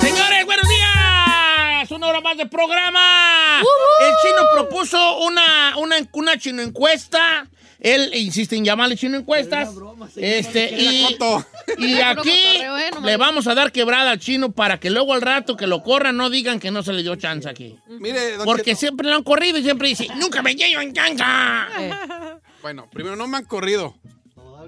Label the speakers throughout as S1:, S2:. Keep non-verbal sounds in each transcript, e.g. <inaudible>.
S1: Señores, buenos días. Una hora más de programa.
S2: Uh-huh.
S1: El chino propuso una, una, una chino encuesta. Él insiste en llamarle chino encuestas. este, y, y
S2: Era broma,
S1: aquí
S2: cotorreo, eh, nomás.
S1: le vamos a dar quebrada al chino para que luego al rato que lo corran no digan que no se le dio chance aquí.
S3: <laughs>
S2: Mm.
S3: Mire, don
S1: Porque
S3: Cheto,
S1: siempre lo han corrido y siempre dice, nunca me dieron chance.
S2: Eh.
S3: Bueno, primero no me han corrido.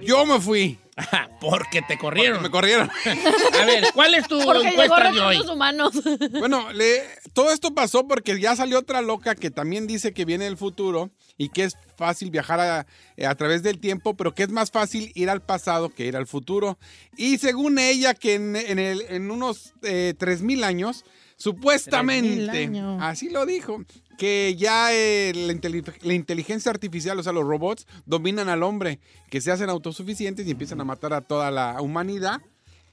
S3: Yo me fui.
S1: <laughs> Porque te corrieron.
S3: Me corrieron.
S1: a ver, ¿cuál es tu
S2: Porque llegó
S1: encuesta de hoy?
S2: recursos humanos.
S3: bueno, le- todo esto pasó porque ya salió otra loca que también dice que viene el futuro y que es fácil viajar a, eh, a través del tiempo, pero que es más fácil ir al pasado que ir al futuro. Y según ella, que en, en el- en unos eh, 3.000 años, supuestamente,
S1: 3,000 años.
S3: así lo dijo, que ya eh, la, inteli- la inteligencia artificial, o sea, los robots, dominan al hombre, que se hacen autosuficientes y empiezan a matar a toda la humanidad.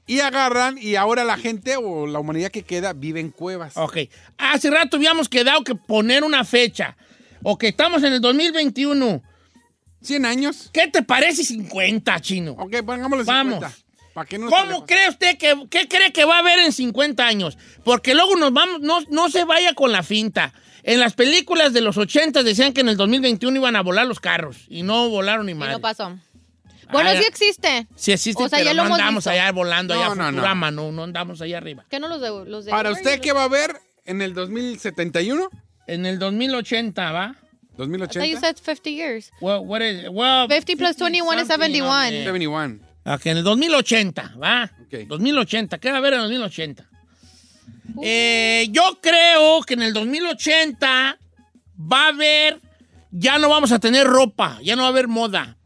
S3: Y agarran y ahora la gente o la humanidad que queda vive en cuevas.
S1: Ok. Hace rato habíamos quedado que poner una fecha. Ok, estamos en el 2021.
S3: 100 años.
S1: ¿Qué te parece 50, chino?
S3: Ok, pongámosle
S1: Vamos.
S3: 50. ¿Para qué no está
S1: ¿Cómo
S3: lejos?
S1: cree usted que qué cree que va a haber en 50 años? Porque luego nos vamos, no, no se vaya con la finta. En las películas de los 80 decían que en el 2021 iban a volar los carros y no volaron ni
S2: Y
S1: más.
S2: no pasó. Bueno,
S1: Ay,
S2: sí existe.
S1: Ah, Sí existe,
S2: O sea,
S1: pero
S2: ya lo
S1: no
S2: hemos
S1: andamos
S2: visto.
S1: allá volando allá
S3: No, no, no.
S1: Futurama, no. no, andamos allá arriba.
S2: ¿Qué no los de, los de
S3: ¿Para
S2: Warner?
S3: usted qué va a haber en el 2071?
S1: En el 2080, ¿va?
S2: I thought you
S3: 2080.
S2: said 50 years.
S1: Well, what is- well,
S2: 50 plus 21 is
S1: 50 something,
S2: 71.
S1: eh.
S3: 71.
S1: Ok, en el 2080, ¿va?
S3: Ok.
S1: 2080, ¿qué va a haber en el 2080? Eh, yo creo que en el 2080 va a haber, ya no vamos a tener ropa, ya no va a haber moda.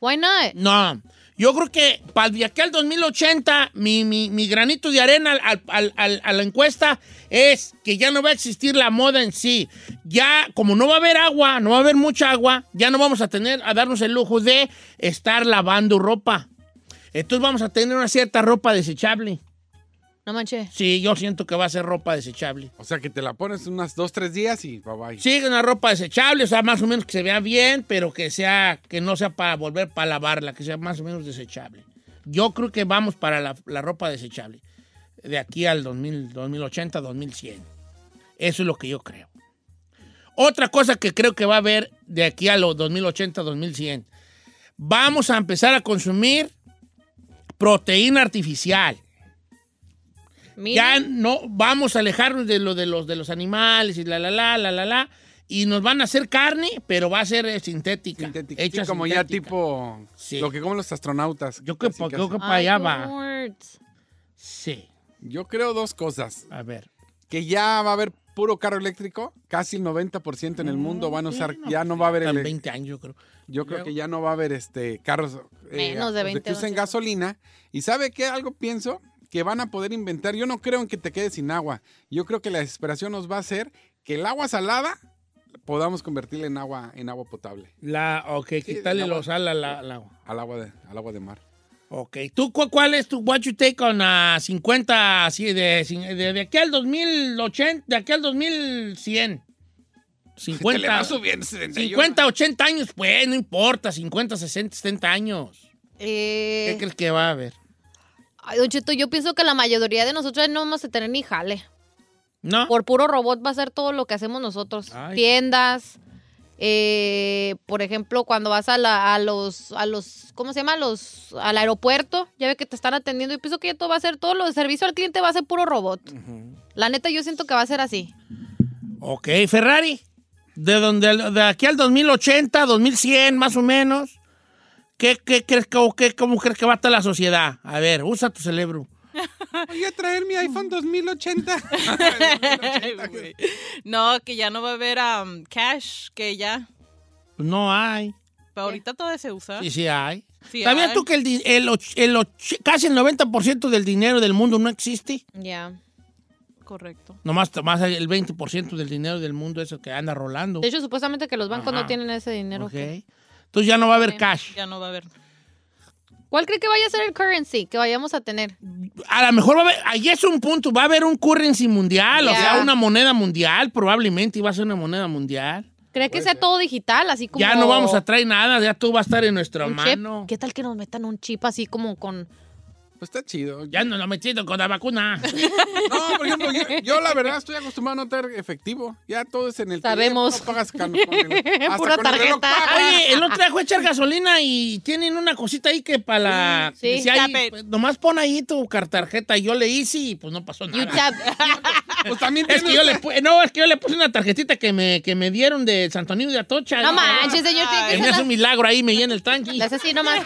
S2: Why not?
S1: No, yo creo que para de aquí al 2080, mi, mi- mi granito de arena al- al- al- a la encuesta es que ya no va a existir la moda en sí. Ya, como no va a haber agua, no va a haber mucha agua, ya no vamos a tener, a darnos el lujo de estar lavando ropa. Entonces vamos a tener una cierta ropa desechable.
S2: No manches.
S1: Sí, yo siento que va a ser ropa desechable.
S3: O sea que te la pones unas 2, 3 días y bye bye.
S1: Sí, una ropa desechable, o sea, más o menos que se vea bien, pero que sea, que no sea para volver para lavarla, que sea más o menos desechable. Yo creo que vamos para la, la ropa desechable, de aquí al 2000, 2080, 2100. Eso es lo que yo creo. Otra cosa que creo que va a haber de aquí a los 2080, 2100. Vamos a empezar a consumir proteína artificial.
S2: Mira.
S1: Ya no vamos a alejarnos de lo de los de los animales y la la la la la la y nos van a hacer carne, pero va a ser eh, sintética,
S3: Sintética.
S1: hecha
S3: Sí, como ya
S1: sintética.
S3: tipo
S1: Sí.
S3: lo que comen los astronautas.
S1: Yo creo,
S3: Casi,
S1: que-
S3: casi.
S1: yo creo que para
S2: Ay,
S1: allá va.
S2: Lords.
S1: Sí,
S3: Yo creo dos cosas.
S1: a ver.
S3: Que ya va a haber puro carro eléctrico. Casi el 90% en el mundo van a usar. ya no va a haber
S1: en
S3: el,
S1: 20 años, yo creo.
S3: Yo creo que ya no va a haber este carros eh,
S2: Menos de 20,
S3: que usen
S2: don Cheto.
S3: gasolina. ¿Y sabe qué? Algo pienso que van a poder inventar. Yo no creo en que te quedes sin agua. Yo creo que la desesperación nos va a hacer que el agua salada podamos convertirla en agua en agua potable,
S1: La ok, quitarle
S3: la-
S1: los a la, la, la-
S3: al agua de al agua de mar.
S1: Ok, tú cu- cuál es tu what you take on ah, a 50
S3: <laughs>
S1: así de, de de aquí al 2080, de aquí al 2100.
S3: Te le
S1: 50,
S3: vas subiendo 71.
S1: 50, 80 años, pues, no importa, 50, 60, 70 años. ¿Qué
S2: Eh,
S1: crees que va a haber?
S2: ay, Don Cheto, yo pienso que la mayoría de nosotros no vamos a tener ni jale.
S1: ¿No?
S2: Por puro robot va a ser todo lo que hacemos nosotros.
S1: Ay.
S2: Tiendas. eh, por ejemplo, cuando vas a, la- a los, a los, ¿cómo se llama? A los, al aeropuerto, ya ve que te están atendiendo. y pienso que ya todo va a ser, todo lo de servicio al cliente va a ser puro robot. La neta, yo siento que va a ser así.
S1: Ok, Ferrari. De, donde, al- de aquí al 2080, 2100, más o menos. ¿Qué, qué crees, que- o qué- ¿Cómo crees que va a estar la sociedad? A ver, usa tu cerebro.
S3: Voy a traer mi
S1: <laughs>
S3: iPhone 2080.
S4: <laughs> Güey. no, que ya no va a haber am, cash, que ya.
S1: Pues No hay.
S4: Pero ahorita todo se usa.
S1: Sí, sí hay.
S4: Sí
S1: ¿Sabías
S4: hay.
S1: tú que el, di- el och- el och- casi el 90% del dinero del mundo no existe?
S2: Ya.
S4: Correcto.
S1: Nomás, más el 20% del dinero del mundo es el que anda rolando.
S2: De hecho, supuestamente que los bancos
S1: Ajá.
S2: no tienen ese dinero.
S1: Ok. Entonces ya no va a haber
S2: Sí.
S1: cash.
S4: Ya no va a haber.
S2: ¿Cuál cree que vaya a ser el currency que vayamos a tener?
S1: A lo mejor va a haber, ahí es un punto, va a haber un currency mundial, o
S2: Ya.
S1: sea, una moneda mundial, probablemente y va a ser una moneda mundial.
S2: ¿Cree que sea todo digital, así como
S1: Ya no vamos a traer nada, ya tú vas a estar en nuestra
S2: un chip?
S1: mano.
S2: ¿Qué tal que nos metan un chip así como
S1: <laughs>
S2: con
S3: Pues está chido.
S1: Ya nos lo metieron con
S2: <laughs>
S1: la vacuna.
S3: No, por ejemplo, yo, yo la verdad estoy acostumbrado a no tener efectivo. Ya todo es en el
S2: Sabemos.
S3: teléfono, pagas con, con
S2: <laughs>
S3: el- hasta
S2: Pura
S3: con el reloj
S2: tarjeta.
S3: pagas.
S1: Oye, el otro día fue a echar gasolina y tienen una cosita ahí que para la...
S2: Sí,
S1: dice ahí,
S4: tape.
S1: pues, nomás pon ahí tu car- tarjeta y yo le hice y pues no pasó <laughs> nada.
S2: YouTube?
S3: Pues también
S1: Es que
S3: tienes-
S1: yo le pu- no, es que yo le puse una tarjetita que me, que me dieron de San Antonio de Atocha.
S2: no manches, señor,
S1: El
S2: tiene
S1: mío
S2: que
S1: es
S2: ser
S1: un milagro ahí, me llena el tanque.
S2: las- las así nomás.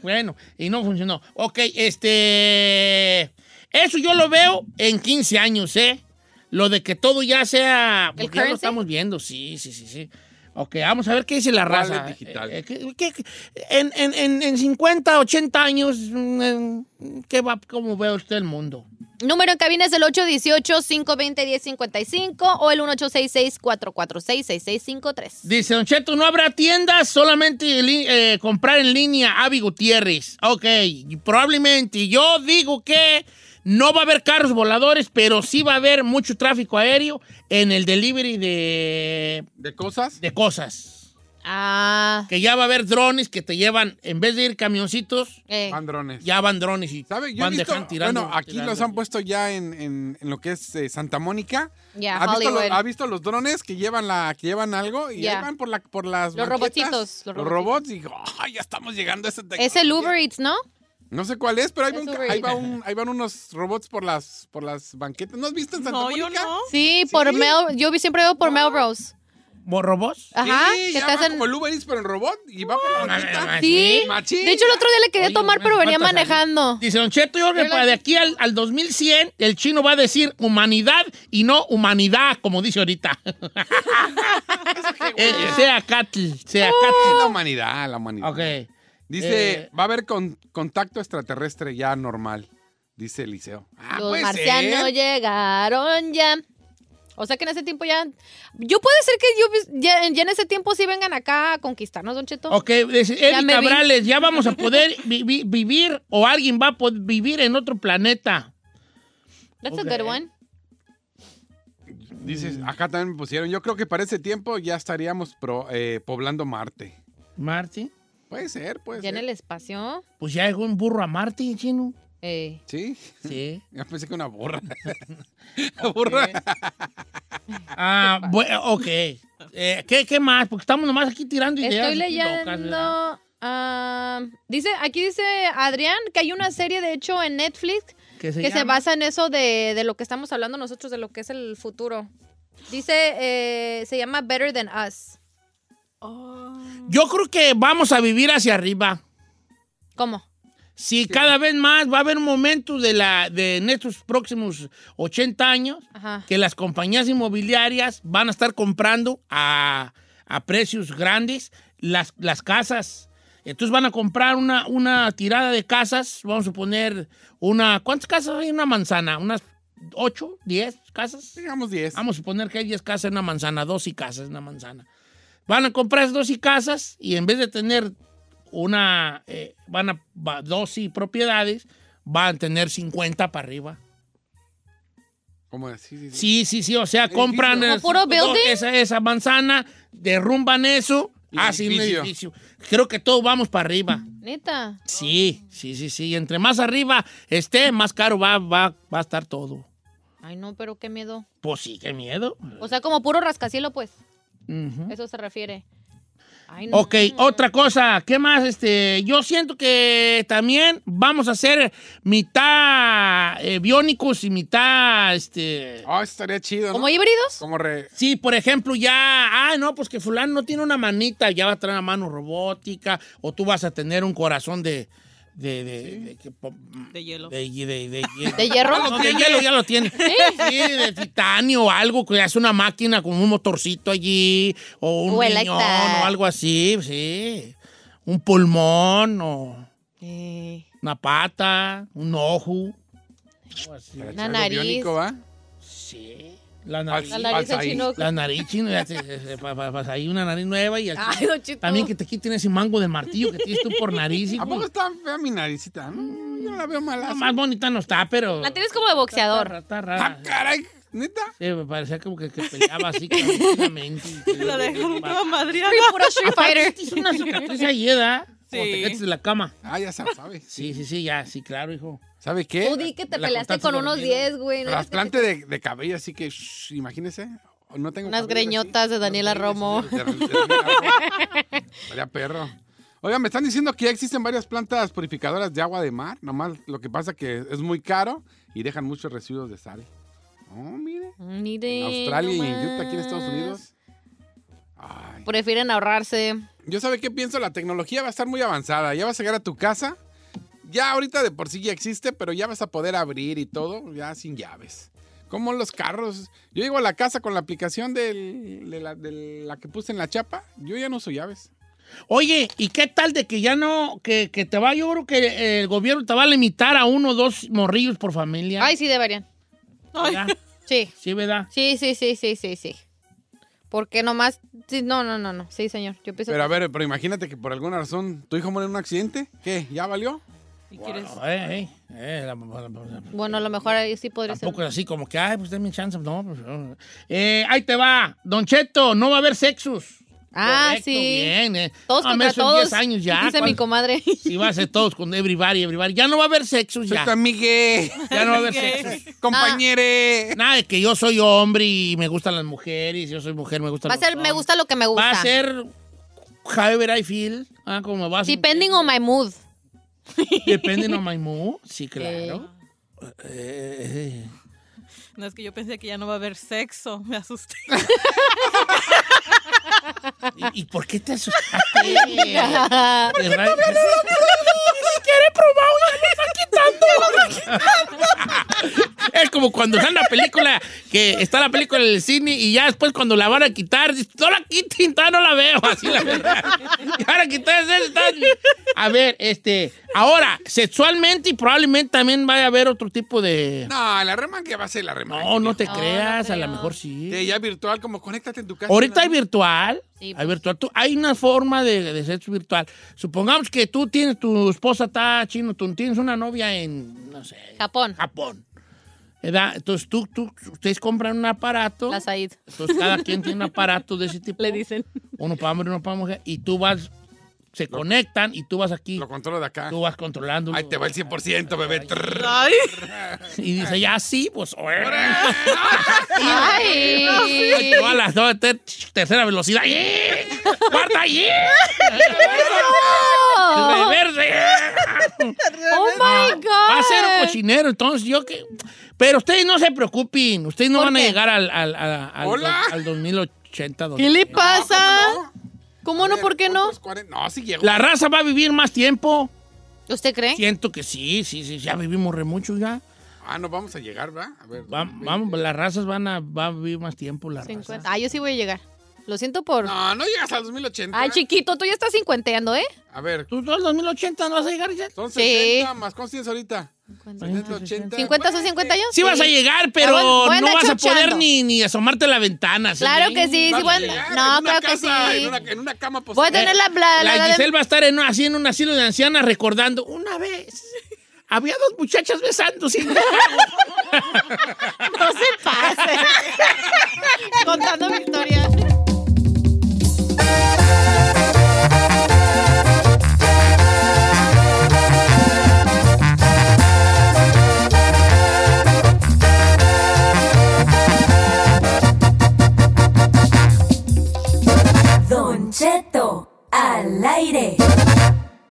S1: Bueno, y no funcionó. Ok, este. Eso yo lo veo en 15 años, ¿eh? Lo de que todo ya sea.
S2: ¿El
S1: pues ya lo
S2: currency?
S1: estamos viendo, sí, sí, sí, sí. Ok, vamos a ver qué dice la
S3: ¿Cuál
S1: raza.
S3: es digital?
S1: Eh, eh, ¿qué- qué- qué- en, en- en- en 50, 80 años, mm, en- ¿qué va, ¿cómo ve usted el mundo?
S2: Número en cabina es el 818-520-1055 o el 1866-446-6653.
S1: Dice, Don Cheto, no habrá tiendas, solamente li- eh, comprar en línea Avi Gutiérrez. Ok, y probablemente. Yo digo que no va a haber carros voladores, pero sí va a haber mucho tráfico aéreo en el delivery de,
S3: ¿De cosas?
S1: de cosas.
S2: Ah,
S1: Que ya va a haber drones que te llevan, en vez de ir camioncitos,
S2: eh,
S3: Andrones.
S1: ya van drones y
S3: ¿Sabe? Yo he
S1: van
S3: visto,
S1: dejando tirando.
S3: bueno, aquí
S1: tirando
S3: los han
S1: así.
S3: puesto ya en, en- en lo que es eh, Santa Mónica.
S2: Ya,
S3: ¿Ha, visto los,
S2: Hollywood.
S3: ha visto los drones que llevan la que llevan algo y
S2: Ya.
S3: ahí van por la por las
S2: Los
S3: banquetas,
S2: robotitos,
S3: los,
S2: los
S3: robots y digo, "Ay, ya estamos llegando a esa
S2: es el
S3: tecnología".
S2: Uber Eats, ¿no?
S3: No sé cuál es, pero ahí, va
S2: Es
S3: un-
S2: Uber
S3: ahí
S2: Eats.
S3: va un- ahí van unos robots por las por las banquetas. ¿No has visto en Santa
S4: No, yo
S3: Mónica?
S4: no.
S2: Sí, por
S3: Sí.
S2: Mel, yo vi- siempre veo por Melrose.
S1: ¿Morrobos?
S2: Ajá,
S3: sí,
S2: que
S3: ya
S2: te
S3: va
S2: hacen-
S3: como el Uber Eats, pero en robot y va por la
S2: <laughs>
S3: banqueta.
S2: Sí.
S3: Machín.
S2: De hecho, el otro día le quería
S1: Oye,
S2: tomar,
S1: unas
S2: pero venía
S1: cuantas ahí.
S2: manejando.
S1: Dice Don Cheto, yo creo que
S2: Yo
S1: para
S2: la-
S1: de aquí al, al 2100 el chino va a decir humanidad y no humanidad, como dice ahorita. <laughs> Eh, sea Catl, sea
S3: Es
S1: Catl.
S3: la humanidad, la humanidad.
S1: Ok.
S3: Dice,
S1: Eh,
S3: va a haber con- contacto extraterrestre ya normal, dice Eliseo. Ah,
S2: Los
S3: puede
S2: marcianos
S3: ser.
S2: llegaron ya. O sea que en ese tiempo ya. Yo puede ser que yo vis- ya, ya en ese tiempo sí vengan acá a conquistarnos, Don Cheto.
S1: Ok, dice Eddie
S2: Ya me vi.
S1: Cabrales, ya vamos a poder vivi- vivir o alguien va a poder vivir en otro planeta.
S2: That's
S1: ok.
S2: a good one.
S3: Dices, acá también me pusieron, yo creo que para ese tiempo ya estaríamos pro- eh, poblando Marte.
S1: ¿Marte?
S3: Puede ser, puede
S2: Ya en
S3: ser.
S2: el espacio.
S1: Pues ya llegó un burro a Marte, chino.
S2: Ey.
S3: Sí, <laughs>
S1: Sí.
S3: yo pensé que
S2: <laughs>
S3: una burra. Una burra.
S1: Ah, bueno, ok. Eh, ¿qué, ¿Qué más? Porque estamos nomás aquí tirando ideas.
S2: Estoy
S1: locas, ¿verdad?
S2: leyendo. ah, dice, aquí dice Adrián que hay una serie de hecho en Netflix que
S1: ¿Qué
S2: se
S1: llama?
S2: basa en eso de, de lo que estamos hablando nosotros, de lo que es el futuro. Dice, eh, se llama Better Than Us.
S1: Yo creo que vamos a vivir hacia arriba.
S2: ¿Cómo?
S1: Si cada vez más va a haber un momento de la, de, en estos próximos 80 años
S2: Ajá.
S1: que las compañías inmobiliarias van a estar comprando a, a precios grandes las, las casas. Entonces van a comprar una, una tirada de casas, vamos a poner una... ¿Cuántas casas hay en una manzana? ¿Unas 8, 10 casas?
S3: Digamos 10.
S1: Vamos a suponer que hay 10 casas en una manzana, 12 casas en una manzana. Van a comprar esas 12 casas y en vez de tener una, eh, van a, va- 12 propiedades, van a tener 50 para arriba.
S3: ¿Cómo es? Sí, sí, sí.
S1: Sí, sí, sí, o sea, compran
S2: ¿Como
S1: el-
S2: puro
S1: todo-
S2: building?
S1: esa, esa manzana, derrumban eso,
S3: Y
S1: hacen un
S3: edificio.
S1: edificio. Creo que todos vamos para arriba.
S2: Neta.
S1: Sí, sí, sí, sí. Entre más arriba esté, más caro va, va, va a estar todo.
S2: Ay, no, pero qué miedo.
S1: Pues sí, qué miedo.
S2: O sea, como puro rascacielo, pues.
S1: Ujú.
S2: Eso se refiere. Ay, no.
S1: Ok, otra cosa, ¿qué más? Este, yo siento que también vamos a hacer mitad eh, biónicos y mitad, este...
S3: Ah, estaría chido, ¿no?
S2: ¿Como híbridos?
S3: Como re...
S1: Sí, por ejemplo, ya, ah, no, pues que fulano no tiene una manita, ya va a tener una mano robótica, o tú vas a tener un corazón de... de, de, de- que po-
S4: De hielo. <laughs>
S1: de- de- de- de-
S2: ¿De hierro?
S1: No, de hielo ya lo tiene. <laughs> Sí, de titanio o algo, que hace una máquina con un motorcito allí, o un
S2: Oh, I like
S1: riñón,
S2: that.
S1: o algo así, sí. Un pulmón, o
S2: Eh,
S1: una pata, un ojo. algo así.
S3: Una
S2: nariz.
S3: ¿va?
S1: Sí. La nariz.
S3: Falsa-
S2: la nariz de
S3: falsa ahí.
S2: chinoco.
S1: La nariz, chino, ya te- te- te- pa- pa- pa- ahí una nariz nueva y al chino-
S2: Ay, don Chito.
S1: también que te quiten ese mango de martillo que tienes tú por nariz. hijo.
S3: ¿A poco está fea mi naricita? Mm, Yo no la veo
S1: No,
S3: mala.
S1: más bonita no está, pero...
S2: La tienes como de boxeador.
S1: Está, rara, está
S3: ¡Ah,
S1: rara.
S3: caray! ¿Neta?
S1: Sí, me parecía como que, que peleaba así tranquilamente.
S2: <laughs>
S4: Lo dejaron
S1: Aparte,
S4: toda madriana.
S2: <laughs> Puro Street Fighter.
S1: Es una cicatriz ahí, ¿verdad?
S4: Sí.
S1: Cuando te caes de la cama.
S3: Ah, ya se sabe.
S1: Sí, sí, sí, ya, sí, claro, hijo.
S3: ¿Sabe qué?
S2: Tú di que te
S1: La
S2: peleaste
S1: contaste
S2: con unos
S1: dormido.
S2: 10, güey. ¿no?
S3: Trasplante de, de cabello, así que, shh, imagínese. No tengo
S2: Unas
S3: cabello,
S2: greñotas de
S3: Unas
S2: Daniela
S3: greñas
S2: Romo.
S3: de- de- de- de Daniela
S2: <laughs>
S3: Romo. Estaría perro. Oigan, me están diciendo que ya existen varias plantas purificadoras de agua de mar. Nomás lo que pasa que es muy caro y dejan muchos residuos de sal. Oh, mire.
S2: Miren,
S3: En Australia y en
S2: nomás.
S3: Utah, aquí en Estados Unidos. Ay.
S2: Prefieren ahorrarse.
S3: Yo sabe qué pienso, la tecnología va a estar muy avanzada. Ya vas a llegar a tu casa. Ya ahorita de por sí ya existe, pero ya vas a poder abrir y todo, ya sin llaves. Como los carros. Yo llego a la casa con la aplicación del- de, la, de la que puse en la chapa. Yo ya no uso llaves.
S1: Oye, ¿y qué tal de que ya no, que, que te va, yo creo que el gobierno te va a limitar a uno o dos morrillos por familia?
S2: Ay, sí, deberían.
S1: ¿verdad?
S2: Sí.
S1: Sí, ¿verdad?
S2: Sí, sí, sí, sí, sí, sí. Porque nomás. sí, no, no, no, no. Sí, señor. Yo pienso.
S3: Pero a ver, pero imagínate que por alguna razón tu hijo muere en un accidente. ¿Qué? ¿Ya valió?
S4: ¿Y quieres?
S1: Bueno, eh, eh, eh, la- la- la-
S2: bueno, a lo mejor ahí sí podría ser.
S1: Tampoco es así como que, ay, pues denme chance. No, pues, no. Eh, ahí te va. Don Cheto, no va a haber sexos.
S2: Ah,
S1: Correcto,
S2: sí.
S1: Bien, eh.
S2: Todos
S1: No,
S2: contra
S1: eso en
S2: todos.
S1: 10 años ya.
S2: Dice mi
S1: ¿cuál?
S2: comadre.
S1: Sí, va a ser todos con everybody, everybody. Ya no va a haber sexos,
S3: Soy
S1: ya.
S3: tu amigue,
S1: Ya no va a haber sexos.
S3: compañere.
S1: Nada de que yo soy hombre y me gustan las mujeres, yo soy mujer, me gustan
S2: <laughs> Va a
S1: los
S2: ser, me
S1: hombres.
S2: gusta lo que me gusta.
S1: Va a ser however I feel. Ah, como va a ser.
S2: Depending on my mood.
S1: Depending on my mood.
S2: <laughs>
S1: Sí, claro. Eh,
S4: No, es que yo pensé que ya no va a haber sexo. <laughs> Me asusté.
S1: ¿Y, y por qué <laughs> te asustaste? De ra- Es como cuando está en la película, que está la película en el cine y ya después cuando la van a quitar, dices, no la quiten, todavía no la veo, <laughs> así la verdad. Y ahora quitar ese, está- A ver, este, ahora, sexualmente y probablemente también vaya a haber otro tipo de...
S3: No, la remangue va a ser la remangue.
S1: No, no te
S2: No,
S1: creas,
S2: no
S1: a lo
S2: creo.
S1: mejor sí.
S3: Que ya virtual, como conéctate en tu casa.
S1: Ahorita hay virtual.
S2: Sí,
S1: hay
S2: pues.
S1: virtual. Tú- hay una forma de, de sexo virtual. Supongamos que tú tienes, tu esposa está chino, tú tienes una novia en, no sé,
S2: Japón.
S1: Japón. ¿Verdad? Entonces tú, tú, ustedes compran un aparato.
S2: La Said.
S1: Entonces cada quien tiene un aparato de ese
S2: <laughs>
S1: tipo.
S2: Le dicen.
S1: Uno para hombre, uno para mujer. Y tú vas, se conectan y tú vas aquí.
S3: Lo controlo de acá.
S1: Tú vas controlando.
S3: Ahí te va el 100%, bebé. Trrr.
S4: Ay,
S1: Y dice, ya sí, pues.
S3: <laughs>
S1: <laughs> Ahí
S2: Ay.
S1: te va la no, ter- tercera velocidad. ¡Eh! ¡Cuarta! ¡Eh!
S2: <laughs> Oh,
S1: ¡Reverse! ¡Eh!
S2: oh my God.
S1: Va a ser un cochinero, entonces yo que. Pero ustedes no se preocupen, ustedes no
S2: ¿Por
S1: van a
S2: qué?
S1: llegar al, al, al, al-
S3: Hola.
S1: al 2080.
S2: ¿Qué le pasa? ¿Cómo no?
S3: A ver,
S2: ¿Por qué no?
S3: otros 40. No, sí llego.
S1: La raza va a vivir más tiempo.
S2: ¿Usted cree?
S1: Siento que sí, sí, sí, ya vivimos re mucho ya.
S3: Ah, no vamos a llegar, ¿verdad? A ver.
S1: Va- vamos, las razas van a, va a vivir más tiempo. La raza.
S2: 50. Ah, yo sí voy a llegar. Lo siento por.
S3: No, no llegas al 2080.
S2: Ay, chiquito, tú ya estás cincuenteando, ¿eh?
S3: A ver,
S1: ¿Tú todo el 2080 no vas a llegar, Giselle?
S3: son
S2: Sí.
S3: 60 más. ¿Cuántos tienes ahorita? 70, 80.
S2: 50 son 50 años.
S1: Sí, vas a llegar, pero
S2: Ah, bueno, bueno,
S1: no vas a
S2: chochando.
S1: poder ni, ni asomarte a la ventana. ¿sí?
S2: Claro que sí, sí,
S3: Vas a
S2: bueno.
S3: llegar
S2: No,
S3: en una
S2: creo que
S3: casa, En
S2: sí.
S3: una, en una cama
S2: Voy a
S3: posible.
S2: tener la bla- la-
S1: La
S2: la de-
S1: Giselle va a estar en, un- así en un asilo de <laughs> ancianas recordando una vez. Había dos muchachas besándose.
S2: No se pase. Contando victorias.
S5: Don Cheto, al aire.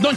S1: Don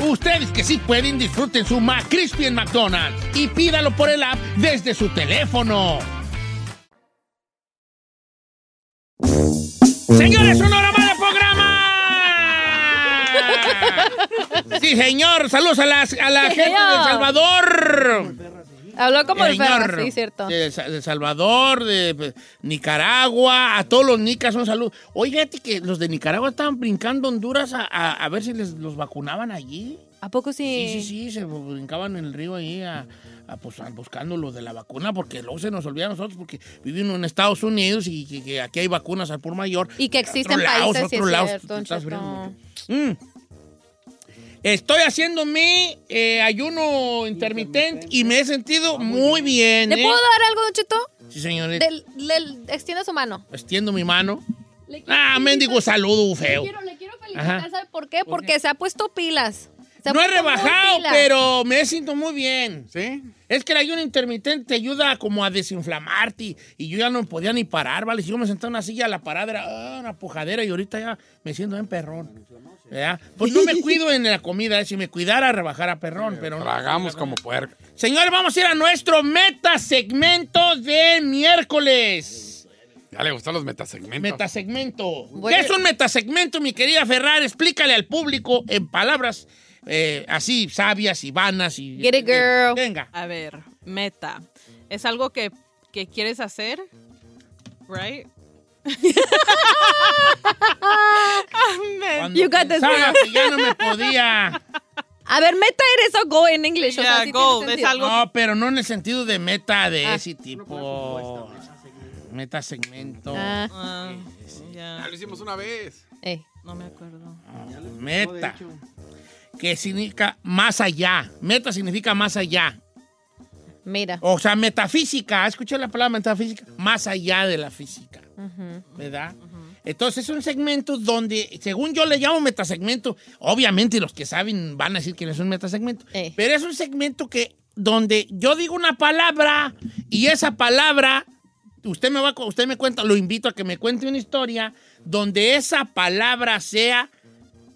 S1: Ustedes que sí pueden, disfruten su McCrispy en McDonald's y pídalo por el app desde su teléfono. Señores, una hora más de programa. Sí, señor. Saludos a, las- a la
S2: Sí,
S1: gente de
S2: señor.
S1: El Salvador.
S2: Habló como el
S1: Señor.
S2: perro, sí, cierto.
S1: De, Sa- de Salvador, de de Nicaragua, a todos los nicas un saludo. Oye, fíjate que los de Nicaragua estaban brincando Honduras a, a- a ver si les, los vacunaban allí.
S2: ¿A poco sí?
S1: Sí, sí, sí, se brincaban en el río ahí a, a, pues, a- buscando lo de la vacuna, porque luego se nos olvida a nosotros, porque vivimos en Estados Unidos y que, que aquí hay vacunas al por mayor.
S2: Y que existen
S1: Otro lado,
S2: países, sí,
S1: otro
S2: es
S1: lado,
S2: cierto,
S1: tú estás
S2: Cheto.
S1: abriendo. Mm. Estoy haciendo mi eh, ayuno intermitente y me he sentido Ah, muy bien.
S2: ¿Le
S1: ¿eh?
S2: puedo dar algo, Don Cheto?
S1: Sí, señorita.
S2: Del- le- extiende su mano.
S1: Extiendo mi mano.
S2: Le quiero
S1: Ah,
S2: felicitar-
S1: mendigo saludo
S2: le
S1: feo.
S2: quiero- Le quiero felicitar,
S1: Ajá.
S2: ¿sabe por qué? Porque se ha puesto pilas. Se ha
S1: No he
S2: puesto muy
S1: rebajado,
S2: pilas.
S1: pero me siento muy bien.
S3: ¿Sí?
S1: Es que el ayuno intermitente te ayuda como a desinflamarte y, y yo ya no podía ni parar, ¿vale? Si yo me sentaba en una silla, la parada era ah, una pujadera y ahorita ya me siento en perrón. ¿verdad? Pues no me cuido en la comida, ¿eh? si me cuidara rebajara perrón, pero no.
S3: Tragamos como puerca.
S1: Señores, vamos a ir a nuestro meta segmento de miércoles.
S3: Ya le gustan los metasegmentos.
S1: Metasegmento.
S2: Bueno.
S1: ¿Qué es un metasegmento, mi querida Ferrar? Explícale al público en palabras eh, así sabias y vanas y.
S2: Get it, girl.
S1: Venga.
S4: A ver, meta. Es algo que, que quieres hacer, right? Ah, meta.
S1: Cuando
S2: You got this,
S1: pensaba
S2: girl.
S1: que ya no
S2: <laughs>
S1: me podía.
S2: A ver, meta eres o go en inglés. o sea,
S4: Yeah,
S2: sí
S4: go,
S2: tiene
S4: es
S2: sentido.
S4: algo-
S1: No, pero no en el sentido de meta de
S2: Ah.
S1: ese tipo. Meta segmento.
S2: Ah,
S4: Ah, ya,
S3: Ya lo hicimos una vez.
S2: eh.
S4: no me acuerdo.
S1: Meta. Que significa más allá. Meta significa más allá.
S2: Mira.
S1: O sea, metafísica. ¿Escuché la palabra metafísica? Más allá de la física. ¿Verdad? Entonces es un segmento donde, según yo le llamo metasegmento, obviamente los que saben van a decir que no es un metasegmento,
S2: Eh.
S1: pero es un segmento que donde yo digo una palabra y esa palabra, usted me va, a cu- usted me cuenta, lo invito a que me cuente una historia donde esa palabra sea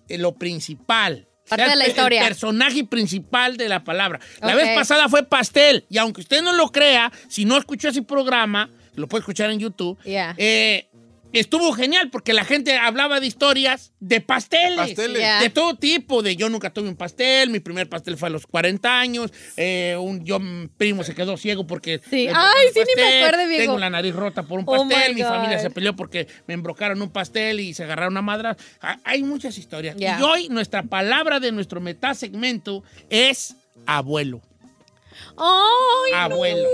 S1: eh, lo principal.
S2: Parte
S1: Sea
S2: de la
S1: el-
S2: historia.
S1: El personaje principal de la palabra. La
S2: Ok.
S1: vez pasada fue pastel, y aunque usted no lo crea, si no escuchó ese programa, lo puede escuchar en YouTube,
S2: Yeah.
S1: eh, estuvo genial porque la gente hablaba de historias de pasteles.
S3: Pasteles.
S2: Ya.
S1: De todo tipo, de yo nunca tuve un pastel, mi primer pastel fue a los 40 años, eh, un yo mi primo se quedó ciego porque... eh,
S2: Sí.
S1: le
S2: Ay,
S1: pusieron
S2: sí, ni me acuerdo, viejo.
S1: Tengo la nariz rota por un
S2: Oh, my
S1: pastel, mi
S2: God.
S1: familia se peleó porque me embrocaron un pastel y se agarraron a madras. Ah, Hay muchas historias.
S2: Ya.
S1: Y hoy nuestra palabra de nuestro metasegmento es abuelo.
S2: Ay,
S1: Abuelo.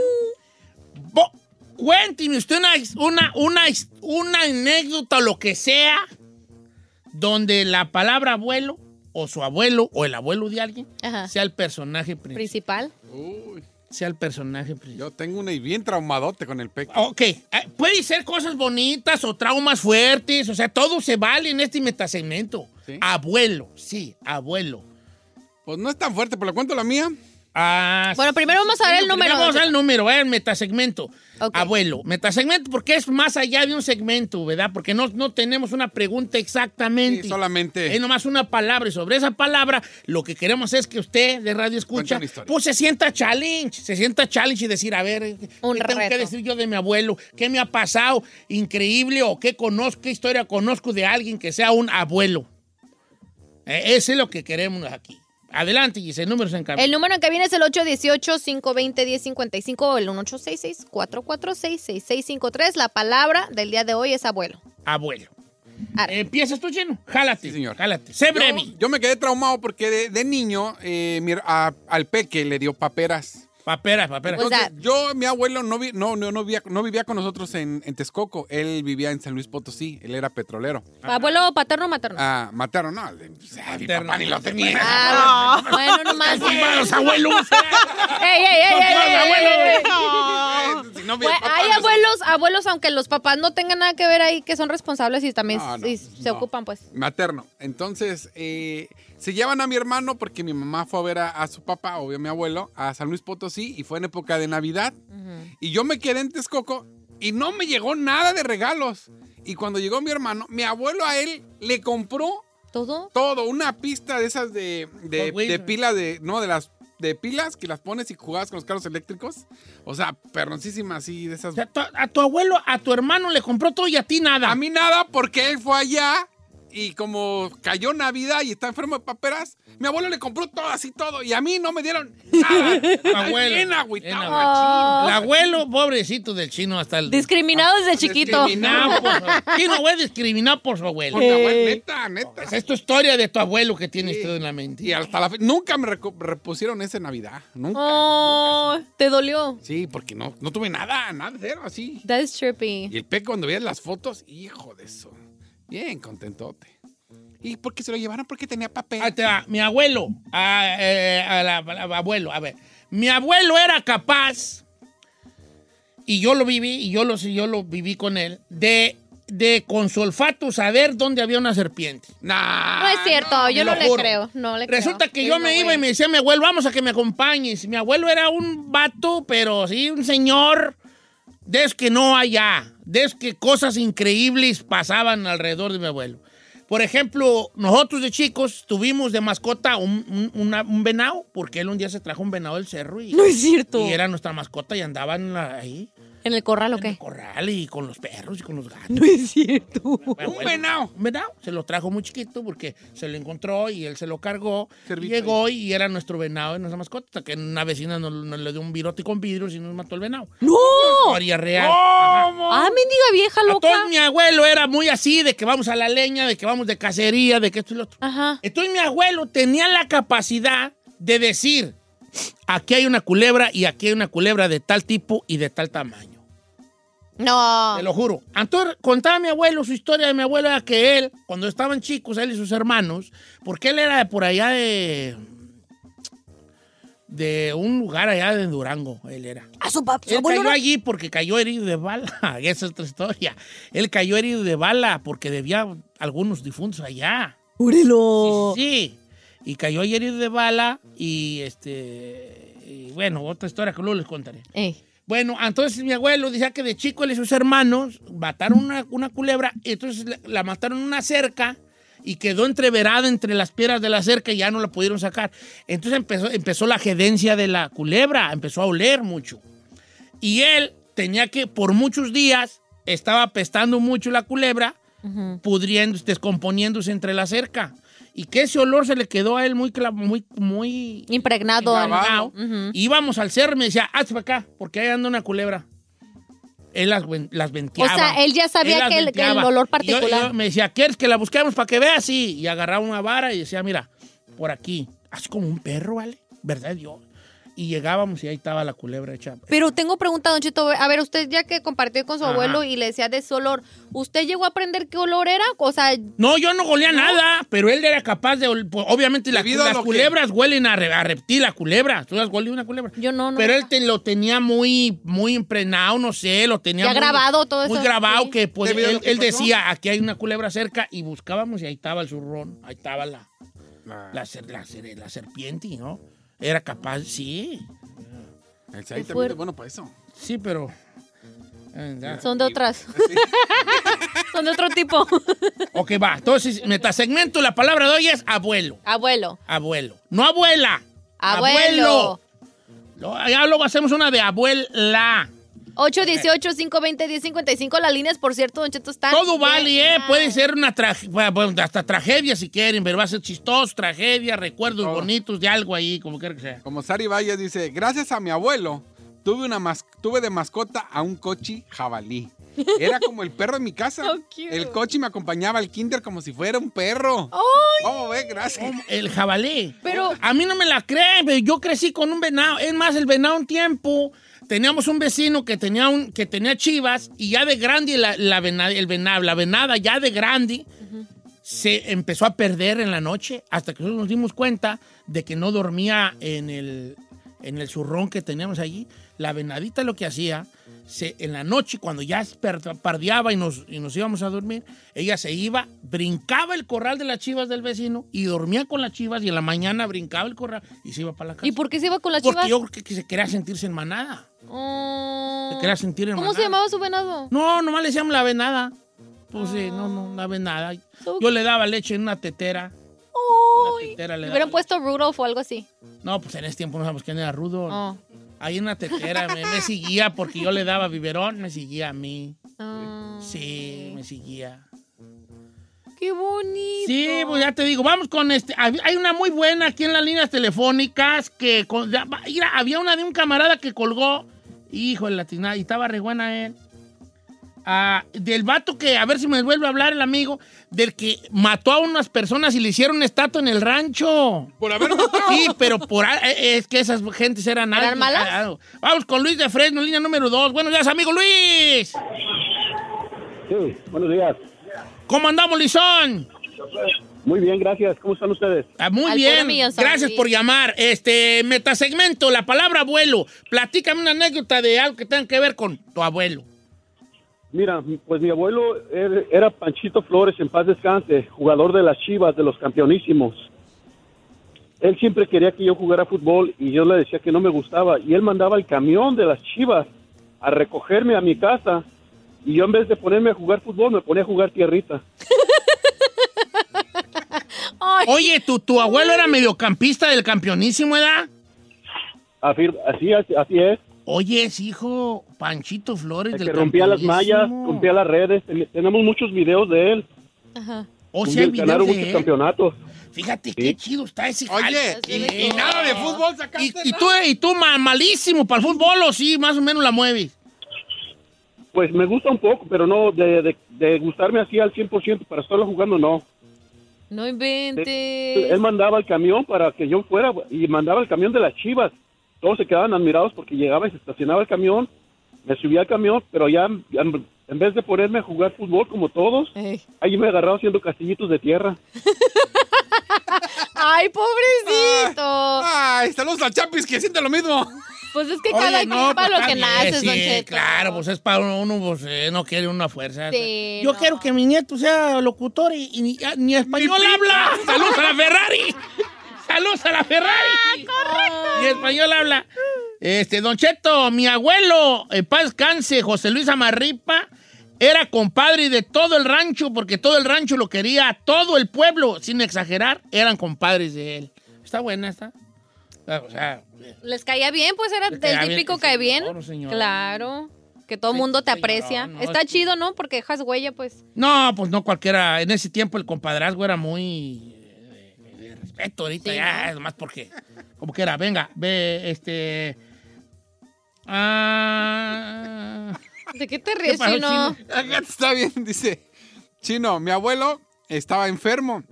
S1: Bo- Cuénteme usted una, una, una, una anécdota, lo que sea, donde la palabra abuelo o su abuelo o el abuelo de alguien
S2: Ajá.
S1: sea el personaje principal.
S2: principal.
S3: Uy,
S1: Sea el personaje principal.
S3: yo tengo una y bien traumadote con el pecho.
S1: Ok, eh, puede ser cosas bonitas o traumas fuertes, o sea, todo se vale en este metasegmento.
S3: Sí.
S1: Abuelo, sí, abuelo.
S3: Pues no es tan fuerte, pero le cuento la mía.
S1: Ah,
S2: Bueno, primero vamos a ver el
S1: primero
S2: número.
S1: Vamos a ver el número, eh, el metasegmento.
S2: Ok.
S1: Abuelo, metasegmento, porque es más allá de un segmento, ¿verdad? Porque no, no tenemos una pregunta exactamente.
S3: Sí, solamente.
S1: Es nomás una palabra y sobre esa palabra lo que queremos es que usted de radio escucha,
S3: Cuenta una historia.
S1: pues se sienta challenge, se sienta challenge y decir, a ver,
S2: Un
S1: ¿qué tengo que
S2: reto.
S1: decir yo de mi abuelo? ¿Qué me ha pasado increíble o qué conozco, qué historia conozco de alguien que sea un abuelo? Eh, ese es lo que queremos aquí. Adelante, Giselle, números en camino.
S2: El número que viene es el 818-520-1055 o el 1866-446-6653. La palabra del día de hoy es abuelo.
S1: Abuelo.
S2: Arre.
S1: ¿Empiezas tú, Chino? Jálate.
S3: Sí, señor.
S1: Jálate. Sé
S3: Yo-
S1: breve.
S3: Yo, me quedé traumado porque de, de niño eh, mi- a- al peque le dio paperas.
S1: Paperas, paperas.
S2: Pues,
S3: Entonces,
S2: O sea-
S3: yo, mi abuelo no, vi- no, no, no, vivía, no vivía con nosotros en, en Texcoco. Él vivía en San Luis Potosí. Él era petrolero.
S1: Ah.
S2: Abuelo paterno o materno.
S3: Ah, mataron, no. le- ah, mi papá ni lo tenía.
S2: Ah, bueno,
S1: <laughs>
S2: nomás.
S1: Son
S2: <laughs>
S1: malos abuelos.
S2: ¡Ey, ey, ey, ey, ey, ey,
S1: <laughs>
S2: ey!
S3: <laughs> Si no, mi
S2: Pues,
S3: papá
S2: hay
S3: no-
S2: abuelos, abuelos, aunque los papás no tengan nada que ver ahí, que son responsables y también
S3: No, no,
S2: y se
S3: no.
S2: ocupan, pues.
S3: Materno. Entonces, eh, se llevan a mi hermano porque mi mamá fue a ver a, a su papá, obvio a mi abuelo, a San Luis Potosí y fue en época de Navidad. Y yo me quedé en Texcoco y no me llegó nada de regalos. Y cuando llegó mi hermano, mi abuelo a él le compró
S2: ¿Todo?
S3: todo, una pista de esas de, de,
S1: Hot Wheels.
S3: de pila de, no, de las de pilas que las pones y jugabas con los carros eléctricos. O sea, perroncísimas así de esas.
S1: O sea, tu- a tu abuelo, a tu hermano le compró todo y a ti nada.
S3: A mí nada, porque él fue allá y como cayó Navidad y está enfermo de paperas, mi abuelo le compró todo, así todo, y a mí no me
S1: <laughs>
S3: dieron nada.
S1: Abuelo.
S3: Bien
S1: Bien
S3: agüitado.
S1: agüitado. El abuelo, pobrecito del chino, hasta el.
S4: Discriminado desde chiquito.
S1: Discriminado por su- Chino, güey, discriminado por su abuelo.
S3: Porque, abuelo, neta, neta.
S1: Esa Es tu historia de tu abuelo que tienes todo en la
S3: Y
S1: mente.
S3: hasta la fe- nunca me recu- repusieron ese Navidad. Nunca.
S2: Oh, te dolió.
S3: Sí, porque no, no tuve nada, nada, cero, así.
S2: That is trippy.
S3: Y el Peco, cuando veías las fotos, hijo de eso. Bien contentote. ¿Y por qué se lo llevaron? Porque tenía papel.
S1: Ahí te va. Mi abuelo, a, eh, a la- a la- abuelo, a ver. Mi abuelo era capaz, y yo lo viví, y yo lo, yo lo viví con él, de, de con su olfato saber dónde había una serpiente.
S3: Nah,
S2: No es cierto,
S3: no,
S2: yo no
S1: Ah, lo
S2: le
S1: juro.
S2: creo. No le
S1: Resulta
S2: creo.
S1: que yo
S2: There's
S1: me
S2: no
S1: iba
S2: way.
S1: y me decía mi abuelo, vamos a que me acompañes. Mi abuelo era un vato, pero sí, un señor, desde que no allá, desde que cosas increíbles pasaban alrededor de mi abuelo. Por ejemplo, nosotros de chicos tuvimos de mascota un, un- una- un venado, porque él un día se trajo un venado del cerro y,
S4: No es cierto.
S1: y era nuestra mascota y andaban ahí
S2: ¿En el corral o
S1: en el
S2: qué?
S1: corral y con los perros y con los
S4: <laughs>
S1: gatos.
S4: No es cierto.
S1: Mi abuelo,
S3: venao.
S1: Un venao. Se lo trajo muy chiquito porque se lo encontró y él se lo cargó.
S3: Cervito
S1: y llegó y era nuestro venado y nuestra mascota. Hasta que una vecina nos, nos le dio un virote con vidrios y nos mató el venado.
S4: ¡No!
S2: Oh.
S1: Historia real.
S4: ¡Ah, mendiga vieja loca!
S1: Entonces mi abuelo era muy así, de que vamos a la leña, de que vamos de cacería, de que esto y lo otro.
S2: Ajá.
S1: Entonces mi abuelo tenía la capacidad de decir, aquí hay una culebra y aquí hay una culebra de tal tipo y de tal tamaño.
S2: No.
S1: Te lo juro. Entonces, contaba mi abuelo su historia de mi abuelo era que él, cuando estaban chicos, él y sus hermanos, porque él era de por allá de. de un lugar allá de Durango, él era.
S4: A su papá.
S1: Él cayó allí porque cayó herido de bala. <laughs> Esa es otra historia. Él cayó herido de bala porque debía algunos difuntos allá. Sí, sí. Y cayó herido de bala y este. y bueno, otra historia que luego les contaré.
S2: Ey.
S1: Bueno, entonces mi abuelo decía que de chico él y sus hermanos mataron una, una culebra, y entonces la, la mataron en una cerca y quedó entreverada entre las piedras de la cerca y ya no la pudieron sacar. Entonces empezó, empezó la gedencia de la culebra, empezó a oler mucho. Y él tenía que, por muchos días, estaba apestando mucho la culebra, pudriendo, descomponiéndose entre la cerca. Y que ese olor se le quedó a él muy, cla- muy, muy
S2: Impregnado.
S1: Grabado.
S2: Ujú.
S1: Íbamos al cerro y me decía, hazte para acá, porque ahí anda una culebra. Él las, ven- las venteaba.
S2: O sea, él ya sabía
S1: las
S2: que el- que el
S1: venteaba.
S2: olor
S1: Y yo- y yo
S2: particular.
S1: me decía, ¿quieres que la busquemos para que veas? Sí. Y agarraba una vara y decía, mira, por aquí. Haz como un perro, ¿vale? ¿Verdad, Dios? Y llegábamos y ahí estaba la culebra hecha.
S2: Pero tengo pregunta, Don Cheto. A ver, usted ya que compartió con su
S1: Ajá.
S2: abuelo y le decía de su olor, ¿usted llegó a aprender qué olor era? O sea,
S1: No, yo no golía nada, pero él era capaz de... ol- pues, Obviamente las,
S3: Debido a
S1: las
S3: lo que-
S1: culebras huelen a, re- a reptil, a culebra. ¿Tú has olido una culebra?
S2: yo no, no.
S1: Pero él te lo tenía muy, muy impregnado, no sé, lo tenía
S2: Ya
S1: muy-
S2: grabado todo
S1: Muy
S2: eso,
S1: grabado
S2: sí.
S1: que pues
S3: Debido a
S1: él,
S3: lo que
S1: él
S3: pasó.
S1: decía, aquí hay una culebra cerca y buscábamos y ahí estaba el zurrón, ahí estaba la, la, ser- la ser- la serpiente, ¿no? Era capaz, sí,
S3: El Said también
S2: fuerte.
S3: es bueno para eso.
S1: sí, pero... eh, ya.
S2: Son de
S1: <laughs>
S2: otras. <laughs> Son de otro tipo.
S1: Ok, va, entonces, metasegmento, la palabra de hoy es abuelo,
S2: Abuelo.
S1: abuelo, no abuela,
S2: Abuelo.
S1: Lo- Ya luego hacemos una de abuela.
S2: 818-520-1055. Las líneas, por cierto, Don Cheto, están.
S1: Todo vale, ¿eh?
S2: llenas.
S1: Puede ser una tragedia, hasta tragedia si quieren, pero va a ser chistoso, tragedia, recuerdos
S3: Todo.
S1: bonitos de algo ahí, como quiera que sea.
S3: Como Sari Valles dice, gracias a mi abuelo, tuve, una mas- tuve de mascota a un cochi jabalí. Era como el perro en mi <laughs> casa.
S2: So cute.
S3: El cochi me acompañaba al kinder como si fuera un perro. ¿Cómo ve? Gracias.
S1: El jabalí.
S2: Pero-
S1: A mí no me la creen, pero yo crecí con un venado. Es más, el venado un tiempo. Teníamos un vecino que tenía un, que tenía chivas y ya de grande la, la vena- el venado, la venada ya de grande se empezó a perder en la noche hasta que nosotros nos dimos cuenta de que no dormía en el, en el zurrón que teníamos allí. La venadita lo que hacía, se, en la noche cuando ya per- pardeaba y nos, y nos íbamos a dormir, ella se iba, brincaba el corral de las chivas del vecino y dormía con las chivas y en la mañana brincaba el corral y se iba para la casa.
S2: ¿Y por qué se iba con las
S1: Porque
S2: chivas?
S1: yo creo que se quería sentirse en manada.
S2: Mm.
S1: Se quería sentir en
S2: ¿Cómo se
S1: manada.
S2: llamaba su venado?
S1: No, nomás le decíamos la venada. Pues sí, no, no, la venada.
S2: So-
S1: Yo le daba leche en una tetera. Una
S2: Uy.
S1: tetera le
S2: Le
S1: daba
S2: hubieran
S1: leche.
S2: puesto Rudolph o algo así.
S1: No, pues en ese tiempo no sabemos quién era Rudo.
S2: Oh.
S1: Ahí en la tetera me, me seguía porque yo le daba biberón, me seguía a mí.
S2: Ah,
S1: Sí, me seguía.
S2: Qué bonito.
S1: Sí, pues ya te digo, vamos con este. Hab- Hay una muy buena aquí en las líneas telefónicas que. con- ya- va- mira, había una de un camarada que colgó. Hijo de latina, y estaba re buena él. Ah, del vato que, a ver si me vuelve a hablar el amigo, del que mató a unas personas y le hicieron una estatua en el rancho.
S3: Por haber matado.
S1: Sí, pero por a- eh, es que esas gentes eran
S2: ¿Eran
S1: alguien.
S2: malas?
S1: Ah, ah. Vamos con Luis de Fresno, línea número 2. Buenos días, amigo Luis.
S6: Sí, buenos días.
S1: ¿Cómo andamos, Lizón?
S6: Muy bien, gracias. ¿Cómo están ustedes?
S1: Ah, muy
S2: Al puro
S1: bien.
S2: millón, San
S1: Gracias
S2: Luis.
S1: por llamar. Este metasegmento, la palabra abuelo. Platícame una anécdota de algo que tenga que ver con tu abuelo.
S6: Mira, pues mi abuelo er- era Panchito Flores, en paz descanse, jugador de las Chivas, de los campeonísimos. Él siempre quería que yo jugara fútbol y yo le decía que no me gustaba y él mandaba el camión de las Chivas a recogerme a mi casa y yo en vez de ponerme a jugar fútbol me ponía a jugar tierrita.
S2: Ay,
S1: Oye, tu, tu abuelo era mediocampista del campeonísimo, ¿verdad?
S6: Afir- así, así, así es.
S1: Oye, es hijo Panchito Flores
S6: El
S1: del
S6: que rompía las mallas,
S1: campeonísimo.
S6: rompía las redes. Ten- Tenemos muchos videos de él.
S1: O sea, hay
S6: ganaron
S1: videos de
S6: muchos
S1: él.
S6: campeonatos.
S1: Fíjate qué chido está ese
S3: Oye,
S1: jale.
S3: y, y nada de fútbol sacaste.
S1: Y, y tú, y tú ma- malísimo para el fútbol, o sí, más o menos la mueves.
S6: Pues me gusta un poco, pero no de, de- de gustarme así al 100% para estarlo jugando, no.
S2: no
S6: Él
S2: inventes.
S6: mandaba el camión para que yo fuera y mandaba el camión de las chivas. Todos se quedaban admirados porque llegaba y se estacionaba el camión. Me subía al camión, pero ya en, en vez de ponerme a jugar fútbol como todos,
S2: Ey.
S6: ahí me agarraba haciendo castillitos de tierra.
S2: Ay, pobrecito.
S1: Oh.
S3: Ay, saludos al Chapis que siente lo mismo.
S2: Pues es que
S1: Oye,
S2: cada
S1: no,
S2: quien
S1: pues,
S2: para lo
S1: está
S2: que
S1: bien,
S2: naces,
S1: sí,
S2: Don Cheto.
S1: claro, pues es para uno, uno pues, eh, no quiere una fuerza.
S2: Sí,
S1: Yo
S2: no.
S1: quiero que mi nieto sea locutor y, y ni, ah, ni español habla. ¡Saludos a la Ferrari! ¡Saludos a la Ferrari!
S2: Ah, Correcto.
S1: Ni español habla. Este, Don Cheto, mi abuelo, en paz canse, José Luis Amarripa, era compadre de todo el rancho, porque todo el rancho lo quería, todo el pueblo, sin exagerar, eran compadres de él. Está buena, está. O sea,
S2: Les caía bien, pues era
S1: Les caía
S2: el
S1: bien,
S2: típico
S1: sí,
S2: cae bien.
S1: señor, señor.
S2: Claro. Que todo el mundo te aprecia.
S1: no,
S2: Está
S1: es-
S2: chido, ¿no? Porque dejas huella, pues.
S1: No, pues no cualquiera. En ese tiempo el compadrazgo era muy eh, de, de respeto. Ahorita ya, es más porque. Como que era, venga, ve, este. Ah.
S2: ¿De qué
S1: <laughs>
S2: te ríes,
S1: pasó,
S2: chino?
S1: Chino?
S3: Acá Está bien, <laughs> dice. Chino, mi abuelo estaba enfermo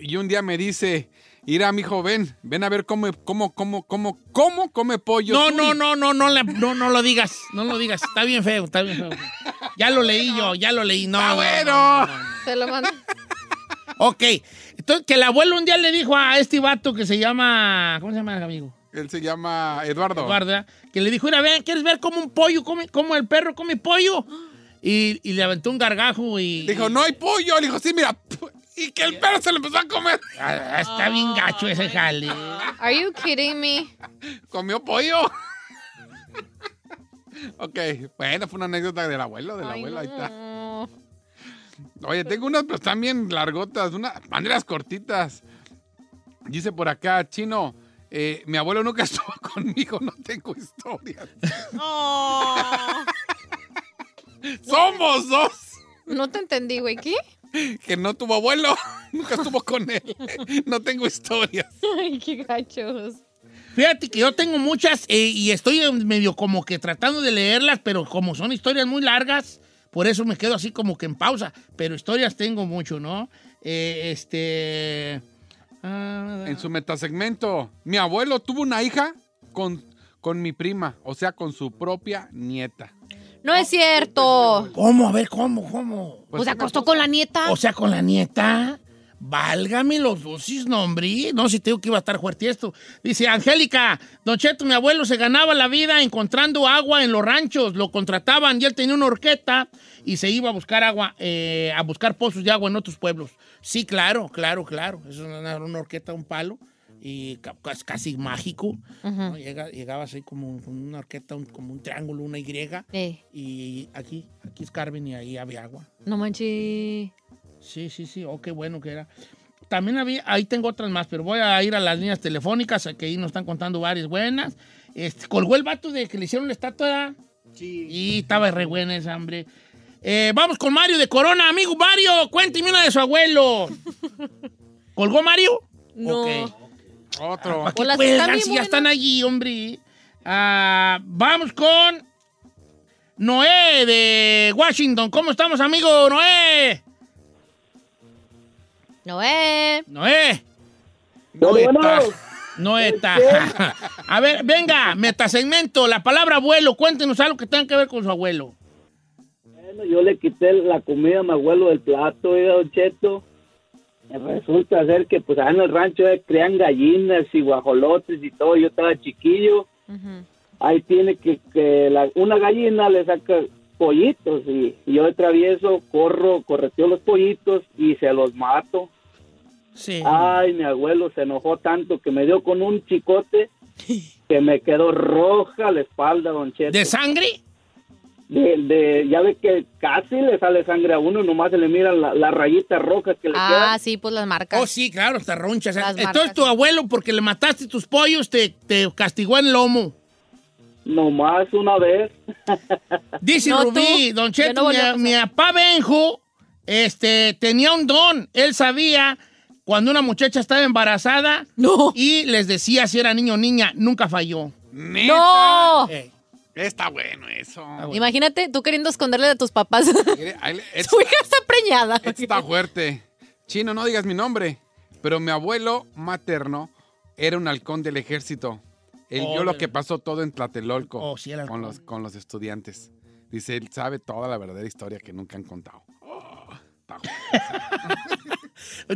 S3: y un día me dice, Ira, mijo, ven, ven a ver cómo, cómo, cómo, cómo, cómo come pollo.
S1: No,
S3: tú".
S1: no, no, no, no, la- no, no lo digas. No lo digas. Está bien feo, está bien feo. Ya lo leí yo, ya lo leí. No, no,
S3: bueno.
S1: no, no, no.
S2: Se lo mando.
S1: Ok. Entonces, que el abuelo un día le dijo a este vato que se llama. ¿Cómo se llama el amigo?
S3: Él se llama Eduardo.
S1: guarda, que le dijo, mira, ven, ¿quieres ver cómo un pollo come, cómo el perro come
S3: <gasps>
S1: pollo? Y, y le aventó un gargajo y...
S3: Dijo, no hay pollo. Le dijo, sí, mira. <laughs> Y que el perro se lo empezó a comer.
S1: Ah, está bien gacho ese jale.
S2: Are you kidding me?
S3: Comió pollo. <laughs> ok, bueno, fue una anécdota del abuelo, del
S2: Ay,
S3: abuelo, ahí está.
S2: no.
S3: Oye, tengo unas, pero están bien largotas, unas maneras cortitas. Dice por acá, chino, eh, mi abuelo nunca <laughs> estuvo conmigo, no tengo
S2: <laughs>
S3: historias.
S4: Oh.
S3: Somos dos
S2: No te entendí, güey.
S1: <laughs>
S2: ¿Qué?
S3: que no tuvo abuelo, <laughs> nunca estuvo con él, <laughs> no tengo historias.
S2: Ay, qué gachos.
S1: Fíjate que yo tengo muchas eh, y estoy medio como que tratando de leerlas, pero como son historias muy largas, por eso me quedo así como que en pausa. Pero historias tengo mucho, ¿no? Eh, este... ah,
S3: En su metasegmento, mi abuelo tuvo una hija con, con mi prima, o sea, con su propia nieta.
S2: No es cierto.
S1: ¿Cómo? A ver, ¿cómo? ¿Cómo?
S2: Pues se acostó con la nieta.
S1: O sea, con la nieta. Válgame los dosis, nombrí. No, si te digo que iba a estar fuerte esto. Dice, Angélica, Don Cheto, mi abuelo se ganaba la vida encontrando agua en los ranchos. Lo contrataban y él tenía una horqueta y se iba a buscar agua, eh, a buscar pozos de agua en otros pueblos. Sí, claro, claro, claro. Es una, una horqueta, un palo y ca- ca- casi mágico. ¿no? Llega- llegaba así como con una horqueta, un- como un triángulo, una Y.
S2: Eh,
S1: Y aquí, aquí es Carmen y ahí había agua.
S2: no manches.
S1: Sí, sí, sí. Oh, qué bueno que era. También había, ahí tengo otras más, pero voy a ir a las líneas telefónicas, que ahí nos están contando varias buenas. Este, colgó el vato de que le hicieron la estatua. Sí. Y estaba re buena esa, hambre. vamos con Mario de Corona. Amigo Mario, cuénteme una de su abuelo. ¿Colgó Mario?
S2: No.
S1: Ok.
S3: Otro.
S1: ¿Para
S2: <laughs>
S1: qué
S2: O las que
S1: cuelgan
S2: están bien
S1: si ya
S2: buenas.
S1: están allí, hombre? Ah, vamos con Noé de Washington. ¿Cómo estamos, amigo Noé?
S2: No eh.
S1: Noé.
S6: Bueno,
S1: está.
S6: bueno.
S1: No está. <laughs> A ver, venga, metasegmento, la palabra abuelo, cuéntenos algo que tenga que ver con su abuelo.
S6: Bueno, yo le quité la comida a mi abuelo del plato, oiga, don Cheto. Resulta ser que, pues, allá en el rancho eh, crían gallinas y guajolotes y todo. Yo estaba chiquillo.
S2: Ujú.
S6: Ahí tiene que, que la- una gallina le saca pollitos y, y yo de travieso corro, correteo los pollitos y se los mato.
S1: Sí.
S7: Ah,
S6: Ay, mi abuelo se enojó tanto que me dio con un chicote que me quedó roja la espalda, don Cheto.
S1: ¿De sangre?
S6: De- de- ya ve que casi le sale sangre a uno, nomás se le mira la, la rayita roja que le
S2: Ah,
S6: queda.
S2: sí, pues las
S1: Oh,
S2: marcas.
S1: sí, claro, está roncha.
S2: Las
S1: Entonces
S2: marcas.
S1: tu abuelo, porque le mataste tus pollos, te, te castigó en lomo.
S6: Nomás una vez.
S1: <laughs> Dice
S2: No,
S1: Rubí,
S2: tú. Ya
S1: Don Cheto,
S2: no
S1: mi,
S2: volvió a pasar.
S1: mi papá Benjo este, tenía un don. Él sabía cuando una muchacha estaba embarazada
S2: No.
S1: y les decía si era niño o niña. Nunca falló.
S3: ¡Neta!
S2: No. Ah,
S1: Eh,
S3: Está bueno eso.
S1: bueno.
S2: Imagínate tú queriendo esconderle de tus papás. <laughs> Su
S3: Mire, ahí le- es-
S2: hija está preñada.
S3: Está fuerte. Chino, no digas mi nombre, pero mi abuelo materno era un halcón del ejército. Él
S1: Oh,
S3: vio lo
S1: mira.
S3: que pasó todo en Tlatelolco
S1: Oh, sí, el halcón.
S3: con, los, con los estudiantes. Dice, él sabe toda la verdadera historia que nunca han contado. Oh, está fuerte.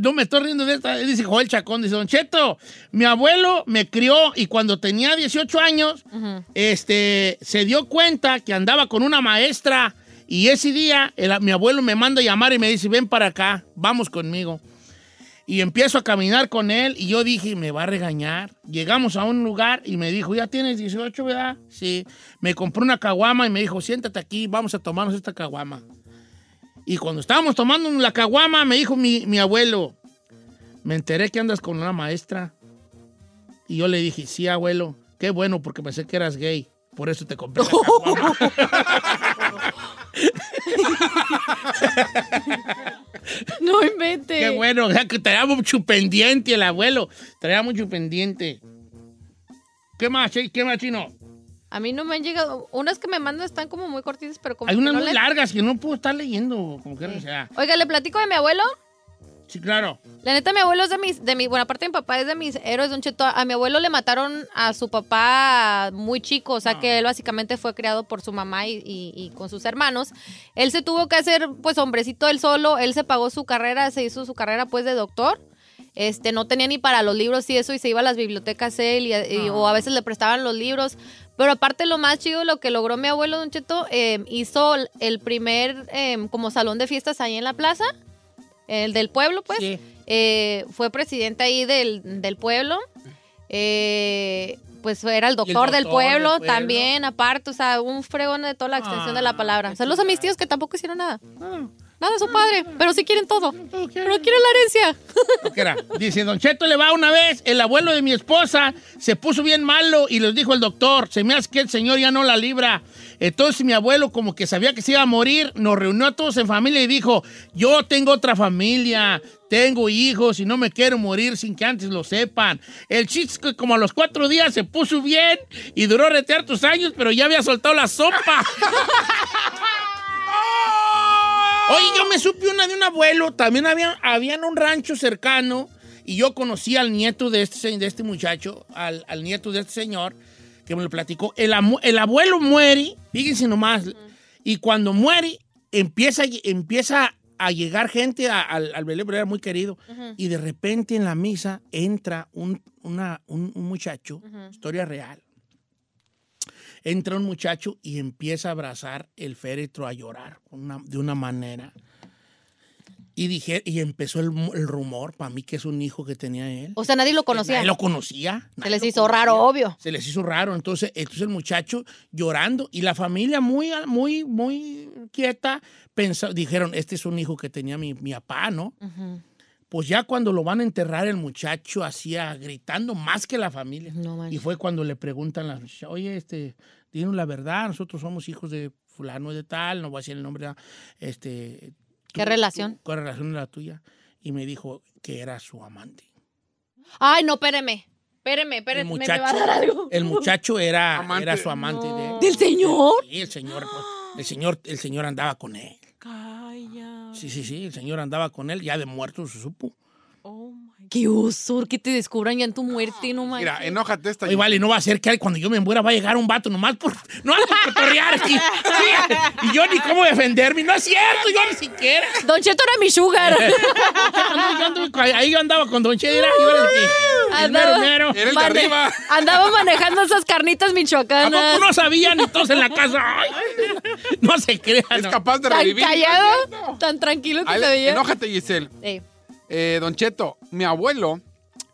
S1: No me estoy riendo de esta. Dice Joel Chacón, dice Don Cheto, mi abuelo me crió y cuando tenía 18 años, este, se dio cuenta que andaba con una maestra y ese día el- mi abuelo me manda a llamar y me dice, ven para acá, vamos conmigo. Y empiezo a caminar con él y yo dije, me va a regañar. Llegamos a un lugar y me dijo, ya tienes 18, ¿verdad? Sí. Me compró una caguama y me dijo, siéntate aquí, vamos a tomarnos esta caguama. Y cuando estábamos tomando la caguama, me dijo mi, mi abuelo, me enteré que andas con una maestra. Y yo le dije, sí, abuelo, qué bueno, porque pensé que eras gay. Por eso te compré
S2: <laughs>
S1: la caguama".
S2: No inventes.
S1: Qué bueno, o sea, que traía mucho pendiente el abuelo. Traía mucho pendiente. ¿Qué más, Che? ¿Qué más, Chino?
S2: A mí no me han llegado. Unas que me mandan están como muy cortitas, pero como.
S1: Hay
S2: que
S1: unas
S2: no
S1: muy
S2: le-
S1: largas que no puedo estar leyendo, como que sea.
S2: Oiga, le platico de mi abuelo.
S1: Sí, claro.
S2: La neta, mi abuelo es de mis, de mi, bueno, aparte de mi papá es de mis héroes, Don Cheto. A mi abuelo le mataron a su papá muy chico, o sea que él básicamente fue criado por su mamá y, y- y con sus hermanos. Él se tuvo que hacer, pues, hombrecito él solo. Él se pagó su carrera, se hizo su carrera, pues, de doctor. Este, no tenía ni para los libros y eso, y se iba a las bibliotecas él, y, y- o a veces le prestaban los libros. Pero aparte, lo más chido, lo que logró mi abuelo, Don Cheto, eh, hizo el primer, eh, como salón de fiestas ahí en la plaza el del pueblo, pues. Eh, fue presidente ahí del, del pueblo. Eh, pues era el doctor, del,
S4: doctor del
S2: pueblo,
S4: pueblo.
S2: también, aparte, o sea, un fregón de toda la extensión
S1: Ah,
S2: de la palabra. Saludos a mis tíos que tampoco hicieron nada. Nada, su padre,
S1: Ah.
S2: pero sí quieren todo. Pero quieren la herencia. <laughs>
S1: Lo que era. Dice, Don Cheto le va una vez, el abuelo de mi esposa se puso bien malo y les dijo el doctor, se me hace que el señor ya no la libra. Entonces mi abuelo como que sabía que se iba a morir, nos reunió a todos en familia y dijo, yo tengo otra familia, tengo hijos y no me quiero morir sin que antes lo sepan. El chiste es que como a los cuatro días se puso bien y duró retear tus años, pero ya había soltado la sopa. Oye, yo me supe una de un abuelo, también había, había en un rancho cercano y yo conocí al nieto de este, se- de este muchacho, al, al nieto de este señor, que me lo platicó. El, amu- el abuelo muere, fíjense nomás, y cuando muere empieza, a lle- empieza a llegar gente a- al, al velero, pero era muy querido,
S7: Ujú.
S1: y de repente en la misa entra un, una- un- un muchacho, historia real, entra un muchacho y empieza a abrazar el féretro a llorar una- de una manera. Y dije, y empezó el, mu- el rumor para mí que es un hijo que tenía él.
S2: O sea, nadie lo
S1: Que
S2: conocía.
S1: nadie lo conocía.
S2: Se les hizo raro, obvio.
S1: Se les hizo raro. Entonces, entonces el muchacho llorando y la familia muy, muy, muy quieta pensa- dijeron, este es un hijo que tenía mi, mi papá, ¿no? Pues ya cuando lo van a enterrar, el muchacho hacía gritando más que la familia. y fue cuando le preguntan las muchachas, oye, este, dinos la verdad, nosotros somos hijos de fulano de tal, no voy a decir el nombre, ¿verdad? este...
S2: ¿Qué relación?
S1: ¿Qué relación era la tuya? Y me dijo que era su amante.
S2: Ay, no, espéreme. Espéreme, espéreme.
S1: El
S2: me-
S1: muchacho, Eh.
S2: me va a dar algo.
S1: el muchacho era, era su amante de-
S2: ¿Del señor?
S1: Sí, el señor, pues, el señor, el señor andaba con él. Sí, sí, sí, el señor andaba con él, ya de muerto se supo.
S2: Qué oso, que te descubran ya en tu muerte, no manches.
S1: Mira, enójate esta. Oye, vale, no va a ser que cuando yo me muera va a llegar un vato nomás por. No algo por torrear aquí. Sí, y yo ni cómo defenderme. No es cierto, yo ni siquiera.
S2: Don Cheto era mi sugar.
S1: <laughs> No, yo anduve- ahí yo andaba con Don Che, era yo era el que. el mero, mero.
S2: mane- andaba manejando esas carnitas
S1: ¿A
S2: michoacanas.
S1: poco no sabían entonces en la casa? Ay, no se crean. Es capaz
S2: tan callado, tan tranquilo que
S3: Ahí-
S2: se veía.
S3: Enójate, Giselle.
S2: Ey.
S3: Eh, don Cheto, mi abuelo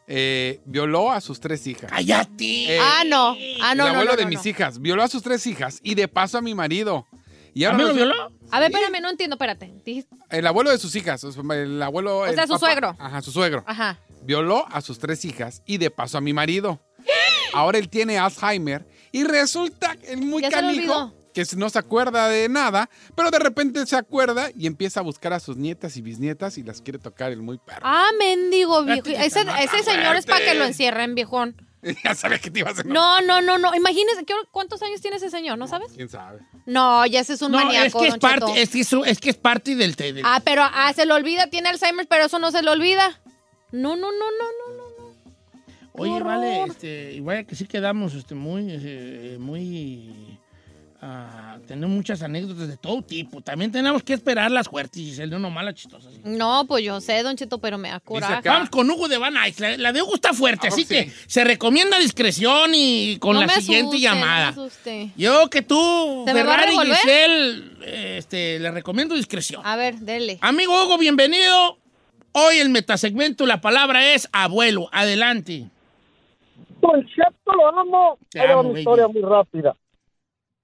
S3: eh, violó a sus tres hijas.
S1: ¡Cállate!
S3: Eh,
S2: ah, no. Ah, no,
S3: el
S2: no,
S3: abuelo
S2: no,
S3: de
S2: no,
S3: mis
S2: no.
S3: hijas violó a sus tres hijas y de paso a mi marido. Y ahora
S1: ¿A mí lo
S3: resulta-
S1: violó?
S2: A ver, espérame, no entiendo, espérate. Dijiste-
S3: El abuelo de sus hijas. o sea, El abuelo.
S2: O
S3: el
S2: sea, su suegro. Ah.
S3: Ajá, su suegro.
S2: Ajá.
S3: Violó a sus tres hijas y de paso a
S2: <gasps>
S3: mi marido. Ahora él tiene Alzheimer y resulta el muy
S2: Ya se le
S3: canijo
S2: olvidó.
S3: que no se acuerda de nada, pero de repente se acuerda y empieza a buscar a sus nietas y bisnietas y las quiere tocar el muy perro.
S2: Ah, mendigo, viejo.
S3: Espérate que
S2: Ese,
S3: te mata,
S2: ese señor es para que
S3: muerte.
S2: lo encierren, viejón.
S3: <laughs> ya sabía que te ibas a enojar.
S2: No, no, no, no. Imagínese, ¿qué- ¿cuántos años tiene ese señor? ¿No sabes?
S3: ¿Quién sabe?
S2: No, ya ese es un
S1: No,
S2: maníaco,
S1: es que es
S2: don
S1: parte,
S2: Cheto.
S1: es que es, es que es parte del, del-
S2: Ah, pero ah, se le olvida, tiene Alzheimer, pero eso no se le olvida. No, no, no, no, no.
S1: Oye,
S2: horror.
S1: vale, este, y vaya que sí quedamos este, muy, eh, muy... ah, tenemos muchas anécdotas de todo tipo. También tenemos que esperar las fuertes, Giselle, no nomás las chistosas.
S2: No, pues yo sé, Don Cheto, pero me da coraje.
S1: Vamos con Hugo de Van Eyck. La, la de Hugo está fuerte, así
S2: sí.
S1: que se recomienda discreción y con
S2: No
S1: la
S2: me
S1: siguiente
S2: asuste,
S1: llamada.
S2: no me asuste.
S1: Yo que tú,
S2: ¿Se me va a
S1: Ferrari y
S2: revolver?
S1: Giselle, eh, este, le recomiendo discreción.
S3: Ah.
S2: A ver, dele.
S1: Amigo Hugo, bienvenido. Hoy el metasegmento, la palabra es abuelo. Adelante.
S7: Don Cheto, lo amo.
S1: Te
S7: Ahí va
S1: amo,
S7: mi
S1: baby.
S7: historia muy rápida.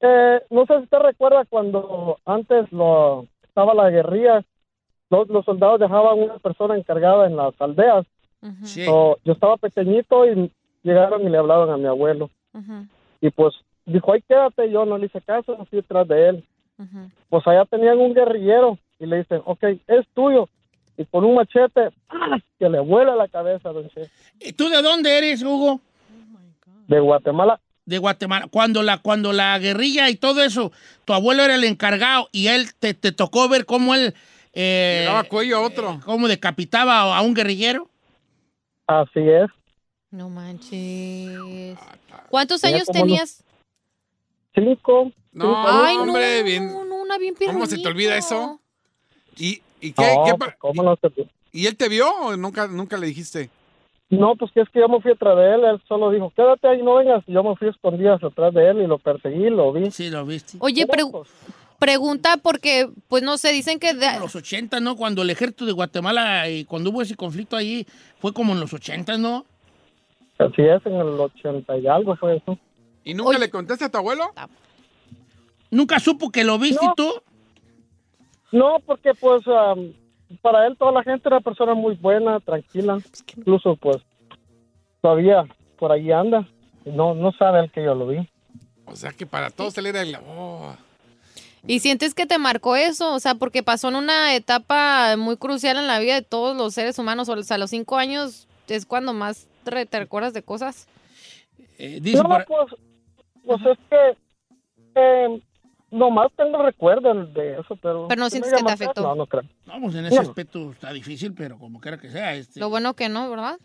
S7: Eh, no sé si usted recuerda cuando antes lo, estaba la guerrilla, los, los soldados dejaban una persona encargada en las aldeas.
S1: Sí.
S7: So, yo estaba pequeñito y llegaron y le hablaban a mi abuelo. Y pues dijo, ahí quédate, y yo no le hice caso, me fui detrás de él. Pues allá tenían un guerrillero y le dicen, ok, es tuyo. Y con un machete, ¡ah! que le vuela la cabeza, don Cheto.
S1: ¿Y ¿Tú de dónde eres, Hugo?
S7: De Guatemala.
S1: De Guatemala. Cuando la, cuando la guerrilla y todo eso, tu abuelo era el encargado y él te, te tocó ver cómo él... Eh,
S3: daba cuello a otro.
S1: eh, cómo decapitaba a un guerrillero.
S7: Así es.
S2: No manches. ¿Cuántos
S7: Mira
S2: años
S7: cómo no-
S2: tenías?
S7: Cinco.
S3: No,
S7: cinco
S2: Ay, no,
S7: años.
S3: hombre, bien.
S2: No, no, una bien
S3: ¿Cómo se te
S2: piernita.
S3: olvida eso? ¿Y, y qué?
S7: No,
S3: qué
S7: pues,
S3: pa-
S7: ¿cómo no se-
S3: ¿Y él te vio o nunca, nunca le dijiste?
S7: No, pues que es que yo me fui atrás de él, él solo dijo, quédate ahí, no vengas. Y Yo me fui escondidas atrás de él y lo perseguí, lo vi.
S1: Sí, lo viste.
S2: Oye, pre- pregunta porque, pues no sé, dicen que... de-
S1: En los 80, ¿no? Cuando el ejército de Guatemala y cuando hubo ese conflicto ahí, fue como en los 80, ¿no?
S7: Así es, en el 80 y algo fue eso.
S3: ¿Y nunca le contaste a tu abuelo?
S1: Nunca supo que lo viste
S7: No.
S1: tú.
S7: No, porque pues am, para él toda la gente era persona muy buena, tranquila. Incluso pues todavía por ahí anda. Y No, no sabe él que yo lo vi.
S3: O sea que para todos él era el... oh.
S2: ¿Y sientes que te marcó eso? O sea, porque pasó en una etapa muy crucial en la vida de todos los seres humanos. O sea, a los cinco años es cuando más re- te recuerdas de cosas.
S1: Eh, dice
S7: no,
S1: por-
S7: pues, pues es que eh, nomás tengo recuerdos de eso, pero...
S2: Pero no
S7: me
S2: sientes que te
S7: llama-
S2: afectó.
S7: No, no creo.
S1: No, pues en ese
S7: No.
S1: aspecto está difícil, pero como quiera que sea. Este,
S2: Lo bueno que no, ¿verdad?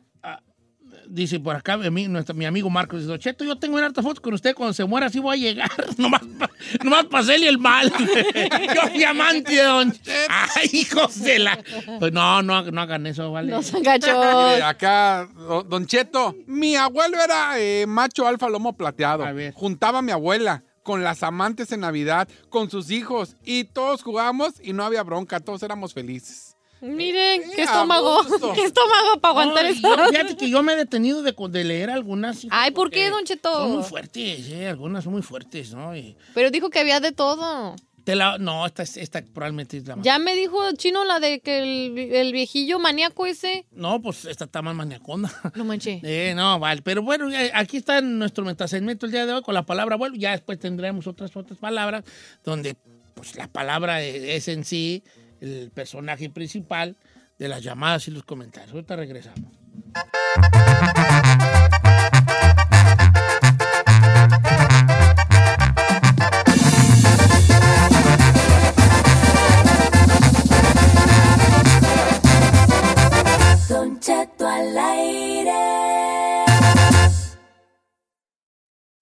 S1: Dice por acá mi, ami- nuestra- mi amigo Marcos, dice, Cheto, yo tengo una harta foto con usted, cuando se muera sí voy a llegar, <laughs> nomás, pa- nomás para hacerle el mal. <laughs> yo fui amante de don Cheto. Ay, hijos de la... Pues no, no, no hagan eso, ¿vale?
S2: Los
S3: <laughs> Mire,
S2: agachó.
S3: acá, do- Don Cheto, mi abuelo era eh, macho alfa lomo plateado.
S1: A ver.
S3: Juntaba a mi abuela con las amantes en Navidad, con sus hijos, y todos jugábamos y no había bronca, todos éramos felices.
S2: Miren,
S3: a
S2: qué estómago.
S3: gusto.
S2: Qué estómago para aguantar
S1: No, y
S2: eso.
S1: yo- fíjate que yo me he detenido de, co- de leer algunas. hijo,
S2: Ay, ¿por qué,
S1: porque
S2: Don
S1: Son muy
S2: Cheto?
S1: fuertes, eh, algunas son muy fuertes, ¿no? Y
S2: Pero dijo que había de todo.
S1: te la- no, esta, es- esta probablemente es la más...
S2: Ya me dijo Chino la de que el, el viejillo maníaco ese.
S1: No, pues esta está más maniaconda.
S2: No manché.
S1: Eh, no, vale. Pero bueno, ya, aquí está nuestro metasegmento el día de hoy con la palabra vuelvo. Ya después tendremos otras otras palabras donde pues la palabra e- es en sí el personaje principal de las llamadas y los comentarios. Ahorita regresamos.
S5: Don Cheto al aire.